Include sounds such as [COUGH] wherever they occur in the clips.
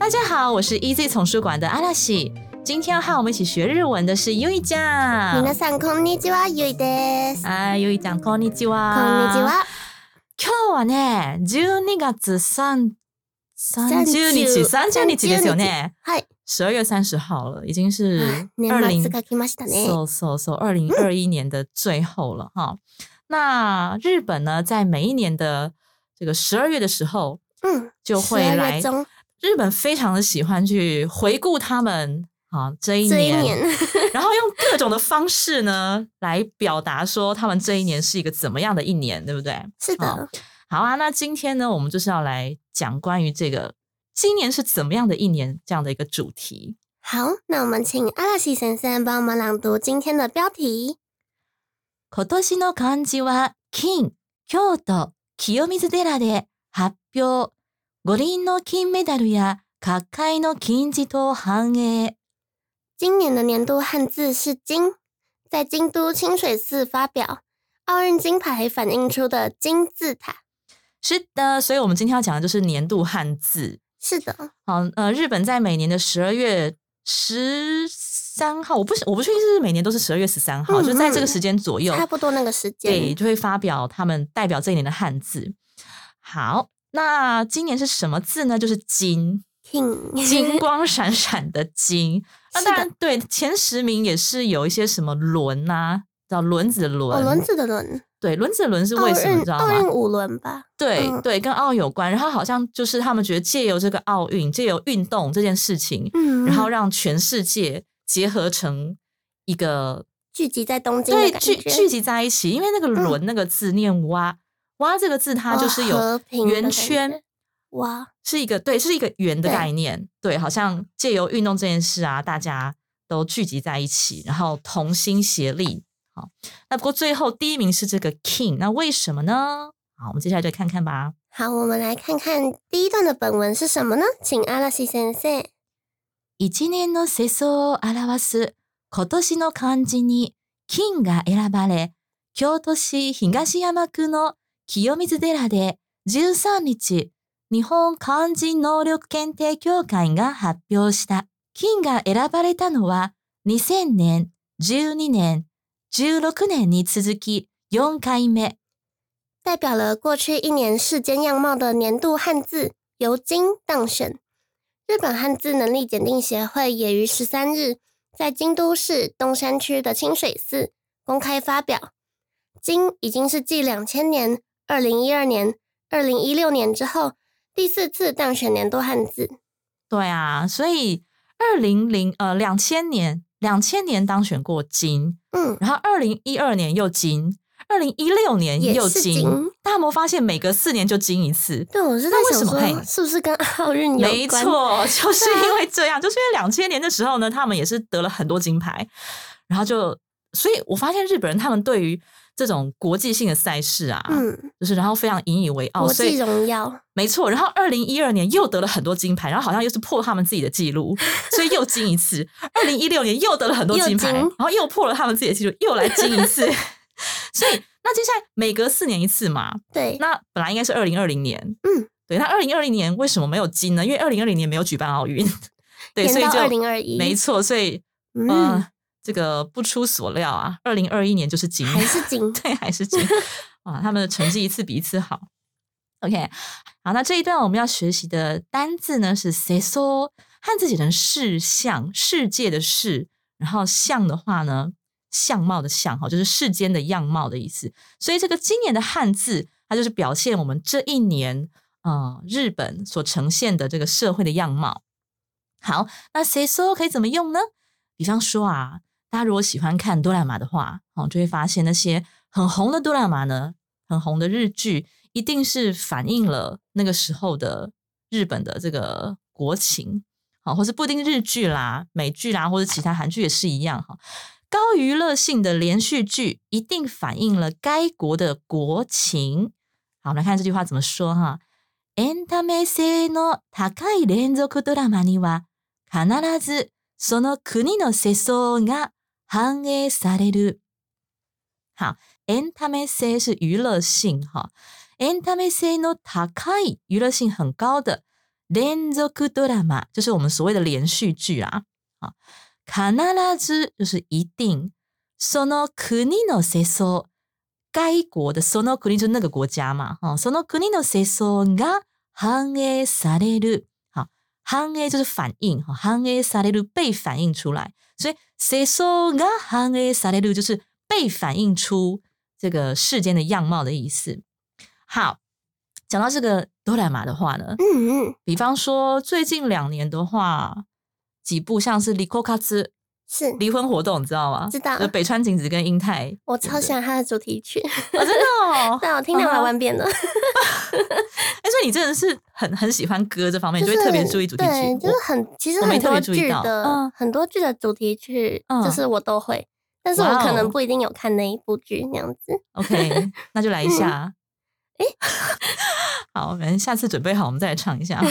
大家好，我是 Easy 丛书馆的阿拉西。今天要和我们一起学日文的是优一酱。皆さんこんにちは、ゆいです。こんにあー、ゆいちゃん、こんにちは。ち。は。今日はね、12月3、30日、30日ですよね。はい。 12月30号了，已经是啊年末20が来ましたね。 so so so 二零二一年的最后了哈。那日本呢，在每一年的这个十二月的时候，嗯，就会12来月中日本非常的喜欢去回顾他们啊这一这一年，年然后用各种的方式呢来表达说他们这一年是一个怎么样的一年，对不对？ [LAUGHS] 是的，好啊，那今天呢，我们就是要来讲关于这个今年是怎么样的一年这样的一个主题。好，那我们请阿拉西先生帮我们朗读今天的标题。今年の漢字は金、京都、清水寺で発表。五輪の金メダルや各界の金字塔繁栄。今年的年度汉字是“金”，在京都清水寺发表。奥运金牌反映出的金字塔。是的，所以我们今天要讲的就是年度汉字。是的，好，呃，日本在每年的十二月十三号，我不是我不确定是不是每年都是十二月十三号，嗯就在这个嗯时间左右，差不多那个时对，间。就会发表他们代表这一年的汉字。好，那今年是什么字呢？就是 [LAUGHS] 金， King 金光闪闪的 [LAUGHS] 金。那是的当然，对前十名也是有一些什么轮呐、叫轮子的轮，哦，轮子的轮，对，轮子的轮是奥为什么？你运知道奥运吗？五轮吧？对、嗯对，跟奥有关。然后好像就是他们觉得借由这个奥运，借由运动这件事情，嗯，然后让全世界结合成一个聚集在东京的对感聚觉，嗯聚集在一起，因为那个“轮”那个字念“蛙”，“蛙”这个字它就哦是有和平的圆感觉圈，哇，是一个对，是一个圆的对概念。对，好像借由运动这件事啊，大家都聚集在一起，然后同心协力。好，那不过最后第一名是这个 King，那为什么呢？好，我们接下来就看看吧。好，我们来看看第一段的本文是什么呢？请阿拉西先生。一年の世相を表す今年の漢字に金が選ばれ、京都市東山区の清水寺で13日、日本漢字能力検定協会が発表した。金が選ばれたのは2000年、12年、16年に続き4回目。代表了过去一年世间样貌的年度汉字，由金当选。日本汉字能力检定协会也于十三日在京都市东山区的清水寺公开发表。金已经是继两千年、二零一二年、二零一六年之后第四次当选年度汉字。对啊，所以二零零呃两千年，两千年当选过金，嗯，然后二零一二年又金，二零一六年也又是金。金大魔发现每隔四年就金一次，对，我是在那为想什么说，嘿是不是跟奥运嗯有关？啊没 [LAUGHS] 错，就是因为这样，就是因为两千年的时候呢，他们也是得了很多金牌，然后就，所以我发现日本人他们对于这种国际性的赛事啊，嗯，就是然后非常引以为傲，国哦所以际荣耀，没错，然后二零一二年又得了很多金牌，然后好像又是破他们自己的记录，所以又金一次。二零一六年又得了很多金牌，又金然后又破了他们自己的记录，又来金一 [LAUGHS] 次。所以那接下来每隔四年一次嘛，对，那本来应该是二零二零年，嗯，对。那二零二零年为什么没有金呢？因为二零二零年没有举办奥运，对，所以延到就二零二一，没错，所以嗯、嗯，呃这个不出所料啊，二零二一年就是金，还是 [LAUGHS] 金对，还是金啊，他们的成绩一次比一次好。OK，好，那这一段我们要学习的单字呢是 s e s o 汉字写成世相，世界的世，然后相的话呢，相貌的相，哈，就是世间的样貌的意思。所以这个今年的汉字，它就是表现我们这一年，呃，日本所呈现的这个社会的样貌。好，那 s e s o 可以怎么用呢？比方说啊，大家如果喜欢看哆啦 A 梦的话，哦，就会发现那些很红的哆啦 A 梦呢，很红的日剧，一定是反映了那个时候的日本的这个国情。好，或是不定日剧啦、美剧啦，或者其他韩剧也是一样哈。高娱乐性的连续剧一定反映了该国的国情。好，我们来看这句话怎么说哈。エンタメ性の高い連続ドラマには必ずその国の世相が反映される。好，n 他们 say 是娱乐性哈，n 他们 say no 高い娱乐性很高的连続ドラマ就是我们所谓的连续剧啊。好，必ず就是一定，その国の世相该国的その国就是那个国家嘛哈，その国の世相が反映される。好，反映就是反映哈，反映される被反映出来，所以世相が反映される就是被反映出这个世间的样貌的意思。好，讲到这个哆啦 A 的话呢，嗯嗯，比方说最近两年的话，几部像是《离婚卡兹》是离婚活动，你知道吗？知道就北川景子跟英泰，我超喜欢他的主题曲，哦，真的哦 [LAUGHS] 。但我听两百嗯万遍了，哎，所以你真的是很很喜欢歌这方面，你就是就会特别注意主题曲对，。就是很其实我没很特别多注意剧到的嗯很多剧的主题曲嗯，就是我都会，但是我哇哦可能不一定有看那一部剧那样子。我 OK，那就来一嗯下。啊 [LAUGHS] 哎，好，我们下次准备好，我们再来唱一下。啊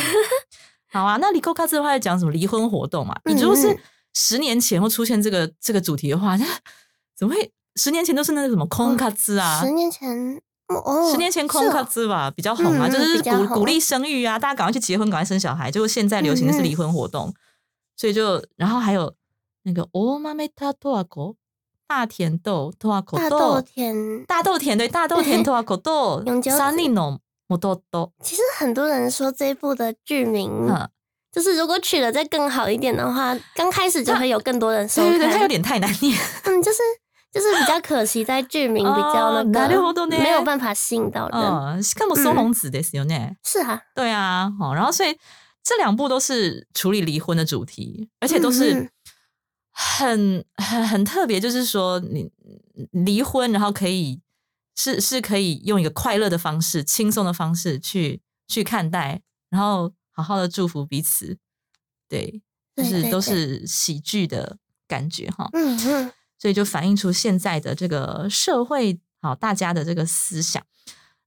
好啊，那离婚卡兹的话，讲什么离婚活动嘛？嗯你如果是嗯十年前会出现这个这个主题的话，那怎么会十年前都是那个什么空卡兹啊？哦十年前，哦，十年前空是哦卡兹吧比较红啊，嗯嗯就是比较鼓红嗯鼓励生育啊，大家赶快去结婚，赶快生小孩。就现在流行的是离婚活动，所以就然后还有那个欧妈梅塔托阿口大甜豆托阿口大豆豆田。大豆甜对大豆甜托阿口 [LAUGHS] 豆永久子三尼诺莫豆豆其实很多人说这一部的剧名，嗯就是如果取得再更好一点的话，刚开始就会有更多人收对看。对对，它有点太难 [LAUGHS] 念。嗯，就是就是比较可惜，在剧名比较哦な那るほ个どね没有办法吸引到人。嗯，是干嘛松隆子的是有呢？是啊，对啊，好，然后所以这两部都是处理离婚的主题，而且都嗯是嗯很很很特别，就是说你离婚，然后可以是是可以用一个快乐的方式、轻松的方式去去看待，然后好好的祝福彼此，对，就对是对都对是喜剧的感觉哈，嗯嗯，所以就反映出现在的这个社会好大家的这个思想。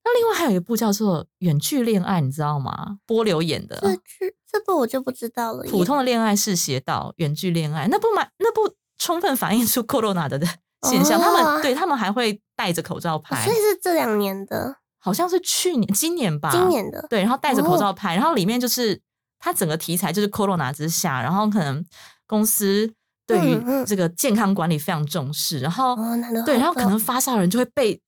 那另外还有一部叫做《远距恋爱》，你知道吗？波流演的，这剧这部我就不知道了嗯耶。哦普通的恋爱是邪道，远距恋爱那不蛮那不充分反映出 [LAUGHS] corona 的的现象。哦他们对他们还会戴着口罩拍所以，是这两年的，好像是去年、今年吧，今年哦的，对，然后戴着口罩拍，然后里面就是它整个题材就是 corona 之下，然后可能公司对嗯嗯于这个健康管理非常重视，然后哦那都对，然好后可多能发烧的人就会被。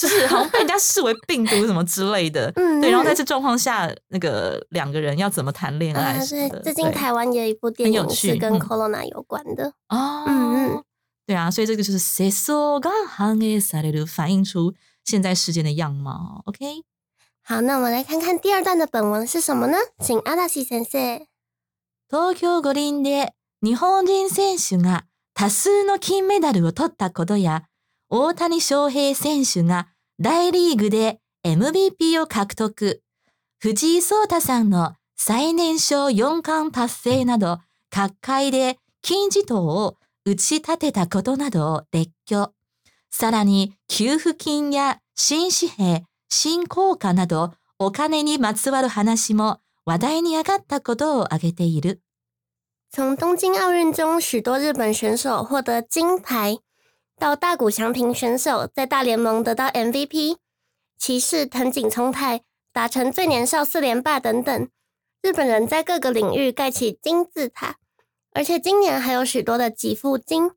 就是好像被人家视为病毒什么之类的，嗯对，然后在嗯这状况下，那个两个人要怎么谈恋爱啊，什么对的？，最近对台湾也有一部电很有影趣是跟嗯 Corona 有关的，哦，嗯嗯，对啊，所以这个就是 s e s o g a h a n g e s a r 反映出现在世间的样貌。OK，好，那我们来看看第二段的本文是什么呢？请阿达西先生。東京五輪で日本人選手が多数の金メダルを取ったことや、大谷翔平選手が大リーグで MVP を獲得、藤井聡太さんの最年少4冠達成など、各界で金字塔を打ち立てたことなどを列挙。さらに、給付金や新紙幣、新硬貨など、お金にまつわる話も話題に上がったことを挙げている。从东京奥运中许多日本选手获得金牌，到大谷翔平选手在大联盟得到 MVP，骑士藤井聪太达成最年少四连霸等等，日本人在各个领域盖起金字塔。而且今年还有许多的给付金、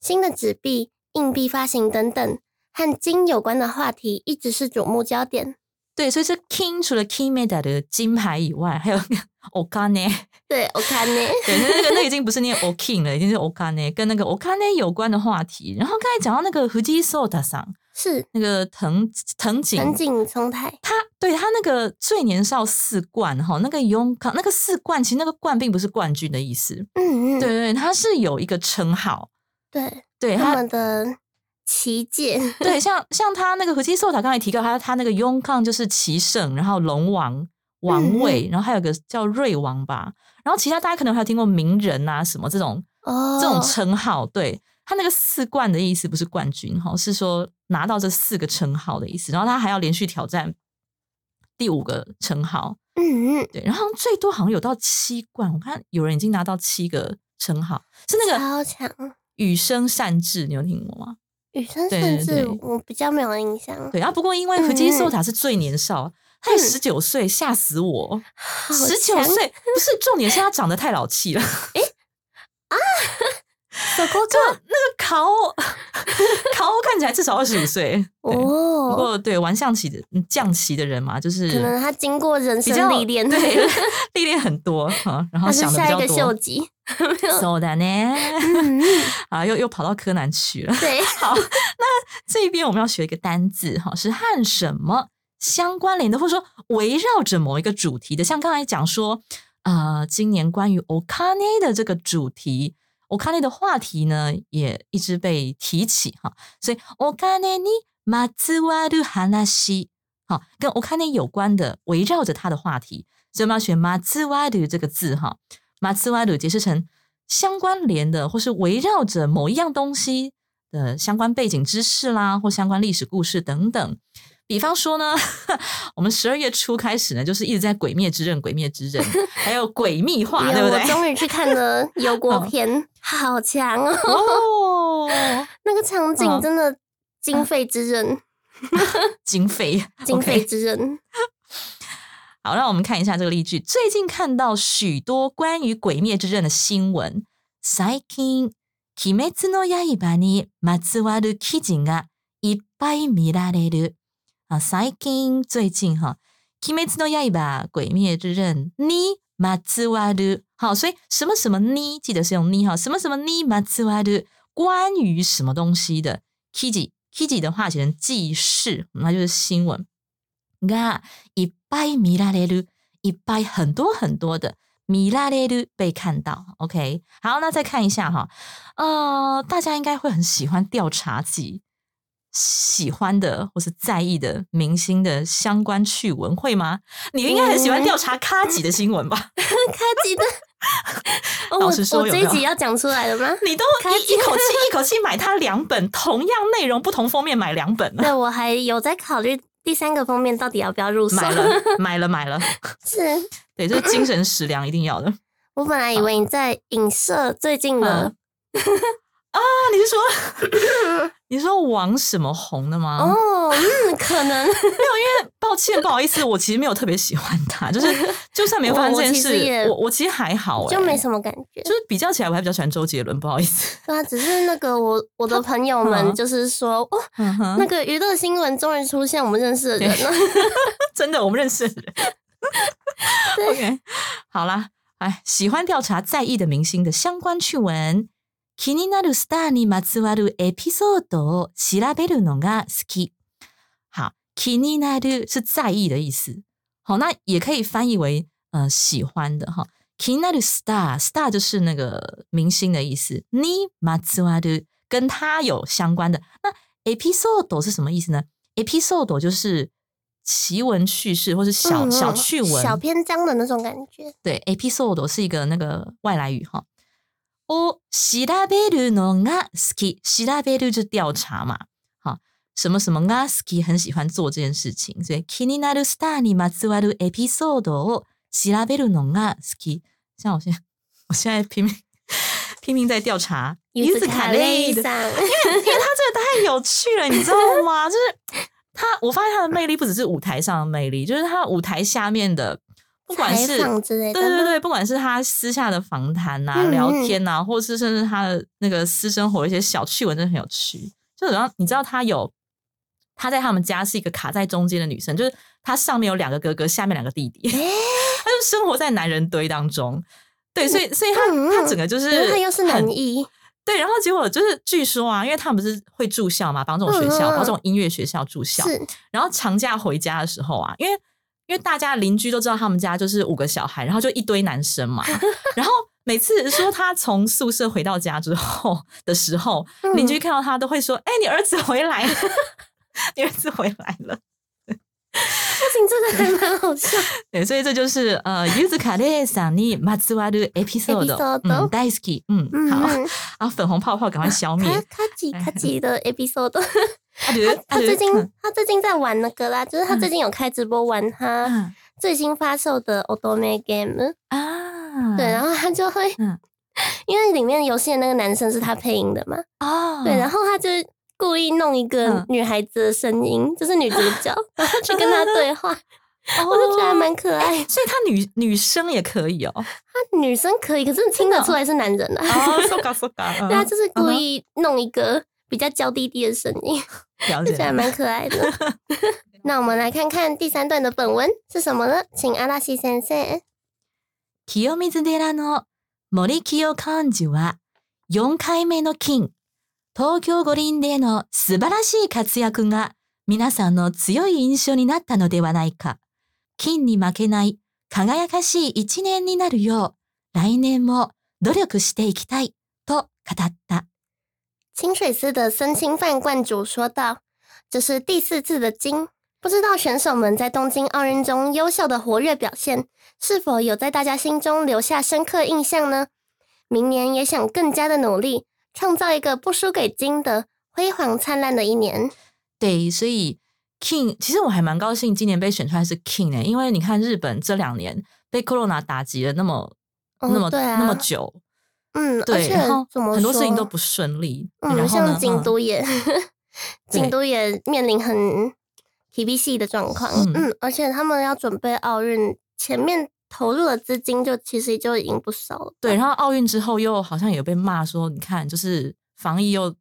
新的纸币、硬币发行等等，和金有关的话题一直是瞩目焦点。对，所以这 King 除了 King Medal 的金牌以外，还有 [LAUGHS] Okane，对，我看呢，对，那个那个已经不是念 O King 了，已经是 Okane，跟那个 Okane 有关的话题。然后刚才讲到那个 Fuji Soda 上， [LAUGHS] 是那个藤藤井，藤井聪太，他对他那个最年少四冠哈，那个 y o n k a 那个四冠，其实那个冠并不是冠军的意思，嗯嗯，对对，对他是有一个称号，对，对他哎他们的旗舰，对，像像他那个和基寿塔刚才提到他他那个 y o n k a n 就是棋圣，然后龙王王位，然后还有个叫瑞王吧，然后其他大家可能还有听过名人啊什么这种哦， [LAUGHS] 这种称号，对他那个四冠的意思不是冠军哈，是说拿到这四个称号的意思，然后他还要连续挑战第五个称号，嗯嗯，对，然后最多好像有到七冠，我看有人已经拿到七个称号，是那个超强，羽生善治，你有听过吗？羽生对甚对至对我比较没有印象，对啊，不过因为吉嗯寿塔是最年少，他也十九岁，吓死我！好十九强哦岁不是重点，是他长得太老气 [LAUGHS] 了。哎啊，狗狗就那个卡欧，卡欧看起来至少二十五岁。对不哦，过对玩象棋的嗯象棋的人嘛，就是可能他经过人比生较历练，对 [LAUGHS] 历练很多啊，然后他是想的下一比个较多。秀 [LAUGHS] 吉， [LAUGHS] そうだね，嗯，嗯 [LAUGHS] 啊，又又跑到柯南去了。对，好，那这边我们要学一个单字哈，是和什么相关联的，或者说围绕着某一个主题的。像刚才讲说，呃，今年关于 Okane 的这个主题，Okane 的话题呢，也一直被提起哈。所以 Okane にまつわる話，好，跟 Okane 有关的，围绕着它的话题，所以我们要学まつわる这个字哈。马兹瓦鲁解释成相关联的，或是围绕着某一样东西的相关背景知识啦，或相关历史故事等等。比方说呢， [LAUGHS] 我们十二月初开始呢，就是一直在《鬼灭之刃》《鬼灭之刃》，还有《鬼秘话》，对有不哎对？我嗯终于去看 [LAUGHS] 了油锅片，好强哦！哦，那个场景真的经费之刃，经费， [LAUGHS] 嗯经 OK 费之 [LAUGHS] 刃，好，让我们看一下这个例句。最近看到许多关于《鬼灭之刃》的新闻。最近、鬼滅の刃にまつわる記事がいっぱい見られる。啊，最近最近哈，鬼滅の刃鬼灭之刃にまつわる。好，所以什么什么呢？记得是用呢哈，什么什么呢まつわる，关于什么东西的記事。記事的话写成记事，那就是新闻。がいっぱい見られる，いっぱい很多很多的見られる被看到。OK，好，那再看一下哈，呃，大家应该会很喜欢调查自己喜欢的或是在意的明星的相关趣闻，会吗？你应该很喜欢调查咖吉的新闻吧？开机的。哦老实说我我有这没一有集要讲出来 [LAUGHS] 了吗？你都咖一吉一口气一口气买他两本，同样内容不同封面买两 [LAUGHS] 本对，了，我还有在考虑第三个封面到底要不要入手。买了买了买了， [LAUGHS] 是对，这是精神食粮一定要 [LAUGHS] 的。我本来以为你在影射最近的啊，你是说你说王什么红的吗？哦，嗯，可 [LAUGHS] 能抱歉，不好意思，我其实没有特别喜欢他， [LAUGHS] 就是就算没有发生我这件我其实也事，我我其实还好、欸，就没什么感觉就。是比较起来，我还比较喜欢周杰伦，不好意思。对啊，只是那个我我的朋友们嗯就是说，哦，嗯哼那个娱乐新闻终于出现我们认识的人了。真的，我们认识的人。对 OK，好啦，哎，喜欢调查在意的明星的相关趣闻。気になるスターにまつわるエピソードを調べるのが好き。好，気になる是在意的意思。好，那也可以翻译为呃喜欢的哈。気になるスター，star 就是那个明星的意思。にまつわる跟他有相关的。那 episode 是什么意思呢？episode 就是奇闻趣事或是小、 [LAUGHS] 嗯小嗯趣闻。小篇章的那种感觉。对，episode 是一个那个外来语哈。哦，調べるのが好き，調べる就调查嘛，好，什么什么が好き很喜欢做这件事情，所以気になるスターにまつわるエピソードを調べるのが好き。像我现在，我现在拼命拼命在调查柚子卡类类上的，因为他这个太有趣了，你知道吗？就是他，我发现他的魅力不只是舞台上的魅力，就是他舞台下面的，不管采是访之类的对吗，对对，不管是他私下的访谈呐、嗯聊嗯天呐、或是甚至他的那个私生活一些小趣闻，真的很有趣。就然后你知道他有，他在他们家是一个卡在中间的女生，就是她上面有两个哥哥，下面两个弟弟，她就生活在男人堆当中。对，所以所以她嗯嗯她整个就是然后他又是男很一，对，然后结果就是据说啊，因为他们不是会住校嘛，帮这种学校，嗯嗯嗯帮这种音乐学校住校，是然后长假回家的时候啊，因为因为大家邻居都知道他们家就是五个小孩，然后就一堆男生 [LAUGHS] 嘛。然后每次说他从宿舍回到家之后的时候，嗯邻居看到 [LAUGHS] 他都会说：“哎、你儿子回来了，你儿子回来了。”情真的还蛮好笑。 [LAUGHS] 对，所以这就是呃柚子卡列桑尼马兹瓦的 episode， episode 嗯，daisy，嗯，嗯，好，嗯啊，粉红泡泡赶快消灭。啊他他 [LAUGHS] 几哎他几的 episode，他觉得他觉得最近嗯他最近在玩那个啦，就是他最近有开直播玩他嗯最新发售的 o d o m e Game，啊，对，然后他就会嗯， [LAUGHS] 因为里面游戏的那个男生是他配音的嘛，哦，对，然后他就故意弄一嗯个女孩子的声音，就是女主 [LAUGHS] 角，然后去跟他对话，后我就觉得还蛮可爱。所以他女女生也可以哦。他女生可以，可是听得出来是男人啊。哦，so ga so [LAUGHS] ga，对啊，就是故嗯意弄一个比较娇滴滴的声音，了就觉得还解。蛮可爱 [LAUGHS] 的。那我们来看看第三段的本文是什么呢？请阿拉西先生。清水寺の森清幹事は4回目の金、東京五輪での素晴らしい活躍が皆さんの強い印象になったのではないか。金に負けない輝かしい一年になるよう来年も努力していきたいと語った。清水寺的森清范冠主说道：“这是第四次的金，不知道选手们在东京奥运中优秀的活跃表现，是否有在大家心中留下深刻印象呢？明年也想更加的努力，创造一个不输给金的辉煌灿烂的一年。对，所以 King 其实我还蛮高兴今年被选出来是 King 呢、因为你看日本这两年被 Corona 打击了那么、哦那么、对啊那么久，嗯，而对，且然后怎么很多事情说都不顺利，然嗯，后呢像京都也， [LAUGHS] 京都也面临很 TBC 的状况。嗯嗯，而且他们要准备奥运，前面投入的资金就其实就已经不少了。对，，然后奥运之后又好像有被骂说，你看就是防疫又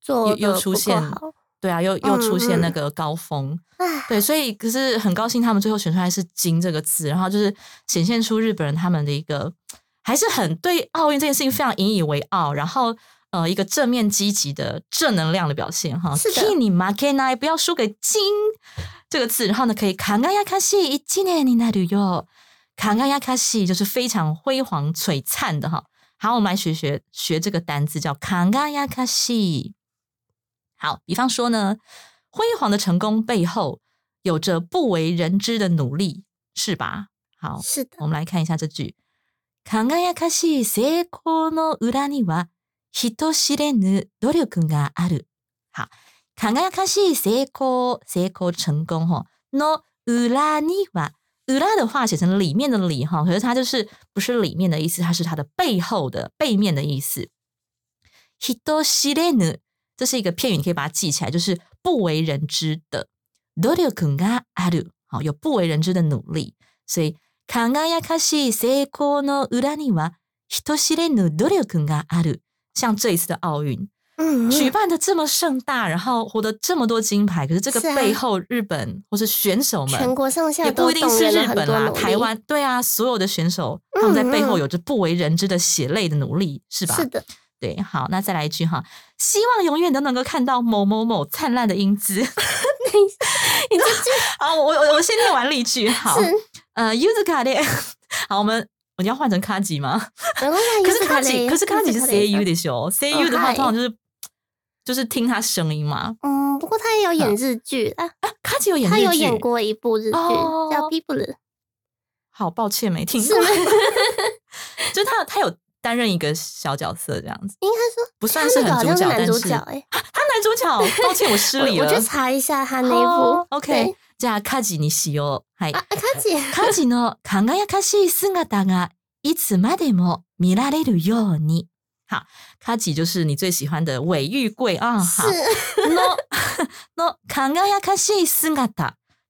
做又又得出不够现好对啊，又又出现嗯那个高峰，唉，对，所以可是很高兴他们最后选出来是“金”这个字，然后就是显现出日本人他们的一个还是很对奥运这件事情非常引以为傲，然后呃一个正面积极的正能量的表现哈。是的 k i n i m a k e n a 不要输给“金”这个字，然后呢可以“卡嘎亚卡西一今年你那旅游”，“卡嘎亚卡西”就是非常辉煌璀璨的哈。好，我们来学学学这个单字叫“卡嘎亚卡西”。好，比方说呢，辉煌的成功背后有着不为人知的努力，是吧？好，是的，我们来看一下这句：輝かしい成功の裏には人知れぬ努力がある。好，輝かしい成功，成功成功哈。の裏には裏的话写成里面的里哈，可是它就是不是里面的意思，它是它的背后的背面的意思。人知れぬ，这是一个片语，你可以把它记起来，就是不为人知的。努力がある，好，有不为人知的努力，所以輝かしい成功の裏には人知れぬ努力がある。像这一次的奥运，嗯，举办的这么盛大，然后获得这么多金牌，可是这个是啊背后，日本或是选手们全国上下也不都一定动是员了日很本多啦，努力台湾对啊，所有的选手他们在背后嗯嗯有着不为人知的血泪的努力，是吧？是的，对，好，那再来一句哈，希望永远都能够看到某某某灿烂的英姿。 [LAUGHS] 你这句 [LAUGHS] 好，我我我先念完例句，好，是呃，Uzu 卡列， [LAUGHS] 好，我们我要换成卡吉吗？没关系啊，可是卡卡吉，可是卡吉是 CU，的秀，CU 的话哦嗨通常就是就是听他声音嘛。嗯，不过他也有演日剧啊，啊，卡吉有演他日有剧演，过一部日剧哦叫《People》，好抱歉没听是过吗，？ [LAUGHS] [LAUGHS] 就是他他有担任一个小角色这样子，应该说不算他是那个很好主像是角，男但主是角啊，哎。他男主角，抱歉我失礼我了，我去查一下他那一部。哦 OK，对じゃあカジにしよう。はい啊，。啊卡姐，家事の輝かしい姿がいつまでも見られるように。好，家事就是你最喜欢的尾玉桂啊。好，是のの輝かしい姿，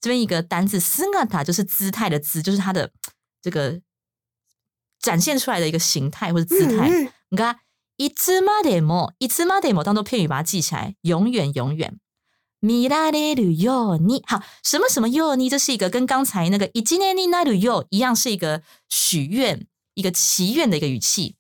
这边一个单字姿就是姿态的姿，就是它的这个展现出来的一个形态或者姿态。嗯，你看，いつまでも、いつまでも当做片语把它记起来，永远永远。見られるように，好，什么什么ように，这是一个跟刚才那个一年になるよう一样，是一个许愿、一个祈愿的一个语气。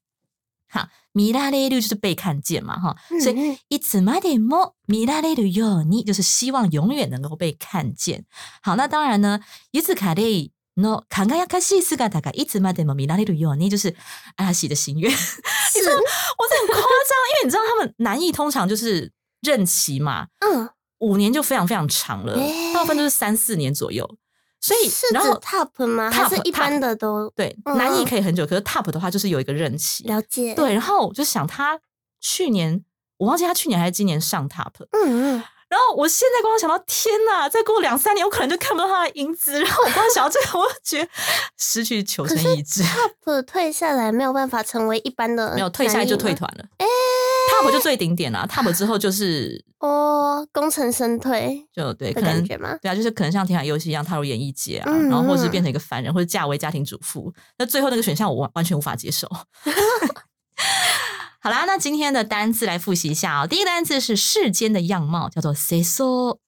好，見られる就是被看见嘛，哈，嗯所以嗯いつまでも見られるように，就是希望永远能够被看见。好，那当然呢，ゆずかれの輝かしい姿がいつまでも見られるように，就是阿拉西的心愿。是我这很夸张，因为你知道他们南艺通常就是任期嘛，嗯，五年就非常非常长了哎，大部分就是三四年左右。所以是指然后 top 吗？还是 top，一般 top 的都对嗯南艺可以很久，可是 top 的话就是有一个任期。了解？，对，然后我就想他去年，我忘记他去年还是今年上 top，嗯嗯，然后我现在光想到天哪，再过两三年我可能就看不到他的影子，然后我光想到这个， [LAUGHS] 我就觉得失去求生意志， top 退下来没有办法成为一般的，没有退下来就退。团了。top 就最顶点啦，top 之后就是哦，功成身退就对，的可感能觉吗？对啊，就是可能像《天海佑希》一样踏入演艺界啊，嗯然后或者是变成一个凡人，或者嫁为家庭主妇。那最后那个选项我完完全无法接受。 [LAUGHS] 好啦，那今天的单字来复习一下哦。第一个单字是世间的样貌，叫做 “seso”。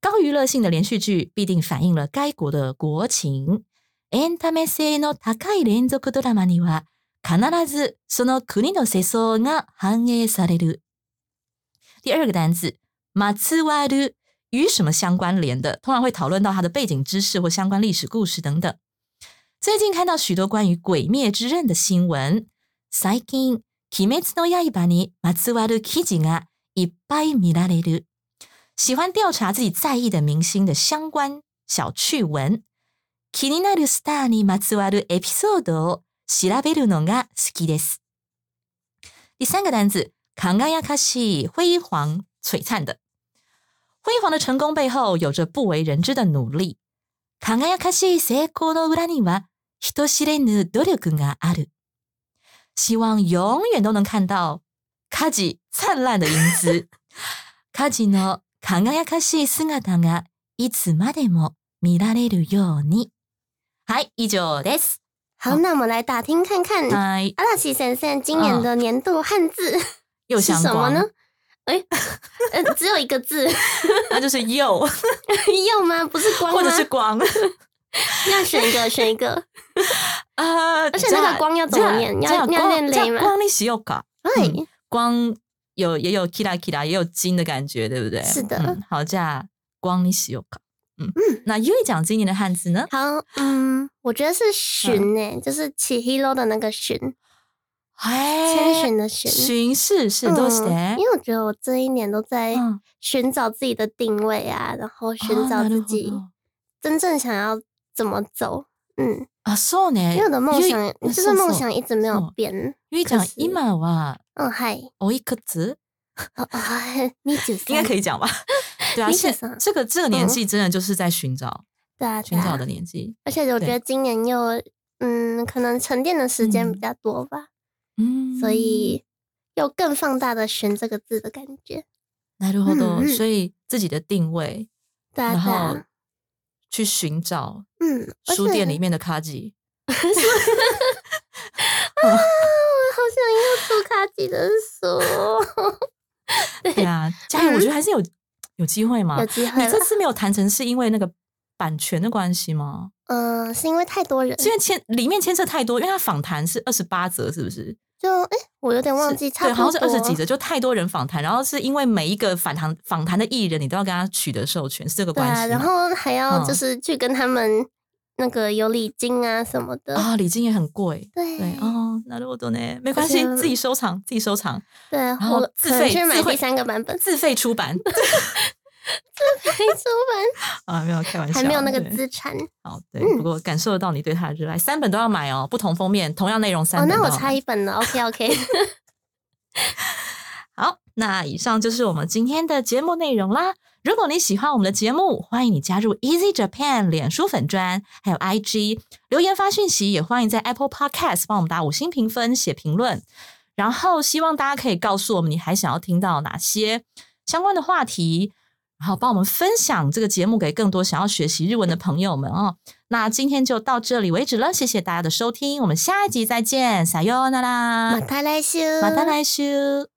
高娱乐性的连续剧必定反映了该国的国情。エンタメ性の高い連続ドラマには必ずその国の世相が反映される。第二个单字马兹瓦鲁与什么相关联的，通常会讨论到它的背景知识或相关历史故事等等。最近看到许多关于《鬼灭之刃》的新闻。最近、鬼滅の刃にまつわる記事がいっぱい見られる。喜欢调查自己在意的明星的相关小趣闻。気になるスターにまつわるエピソードを調べるのが好きです。第三个单字，輝かしい，辉煌、璀璨的。辉煌的成功背后有着不为人知的努力。輝かしい成功の裏には人知れぬ努力がある。希望永远都能看到カジ灿烂的英 [LAUGHS] 姿。カジの輝かしい姿がいつまでも見られるように。はい、以上です。嗯好，那我们来打听看看はい、阿拉奇先生今年的年度汉字哦 [LAUGHS] 又是相什么关呢？？哎，呃，只有一个字， [LAUGHS] 那就是又，要吗？不是光吗？或者是光。要选一个，选一个。啊，而且那个光要怎么念じゃあ要じゃあ要念雷じゃ吗あ光にしようか。[LAUGHS] 哎，嗯光有也有 kira kira，也有金的感觉，对不对？是的嗯、好，じゃあ光にしようか。嗯嗯嗯，那又一讲今年的汉字呢？好，嗯，我觉得是寻诶，就是起 hero 的那个寻，千哎，寻的寻。巡视是どうし嗯て因？为我觉得我这一年都在嗯，哦寻找自己的定位啊，然后寻あ找な自るほ己ど真正想要怎么走。嗯，啊，そうね。因为我的梦ゆい想就そ是うそう梦想一直没有そう变。ゆいちゃ可ん是今は嗯，嗨，おいくつ？哦啊哦嗨你 [LAUGHS] 只应该可以。以讲吧？对啊，你现写什么这个这个年纪真的就是在寻找对啊，对寻找啊的。年纪。而且我觉对得今年又嗯，可能沉淀的时间比嗯较多吧，嗯，所以又更放大的“寻”这个字的感觉。なるほど嗯，嗯所以自己的定位，对啊，然对后啊，去寻找嗯，而书店且里面的卡吉。好想要读卡吉的 [LAUGHS] 哦书，对啊，佳怡，我觉得还是有有机会嘛嗯有。机会你这了。次没有谈成，是因为那个版权的关系吗？嗯、是因为太多人，是因为牵里面牵涉太多，因为他访谈是二十八则，是不是？就哎、我有点忘记，差对，不好多像是二十几则，就太多人访谈，然后是因为每一个访谈访谈的艺人，你都要跟他取得授权，是这个对关系吗。啊，然后还要就嗯是去跟他们那个有礼金啊什么的。啊、礼金也很贵。对对嗯哦，那如果多呢？没关而系且，自己收藏，自己收藏，对，然后我自可能费去买自费第三个版本，自费出版 [LAUGHS] 没出版，啊，没有开玩笑，还没有那个对资产。好，对，嗯不过感受得到你对他的热爱，三本都要买哦，不同封面，同样内容三哦，本。那我差一。本了。OK OK，好，那以上就是我们今天的节目内容啦。如果你喜欢我们的节目，欢迎你加入 Easy Japan 脸书粉专，还有 IG 留言发讯息，也欢迎在 Apple Podcast 帮我们打五星评分、写评论。然后希望大家可以告诉我们你还想要听到哪些相关的话题，然后帮我们分享这个节目给更多想要学习日文的朋友们哦。那今天就到这里为止了，谢 [LAUGHS] 谢大家的收听，我们下一集再见，撒哟那啦，马达来修，马达来修。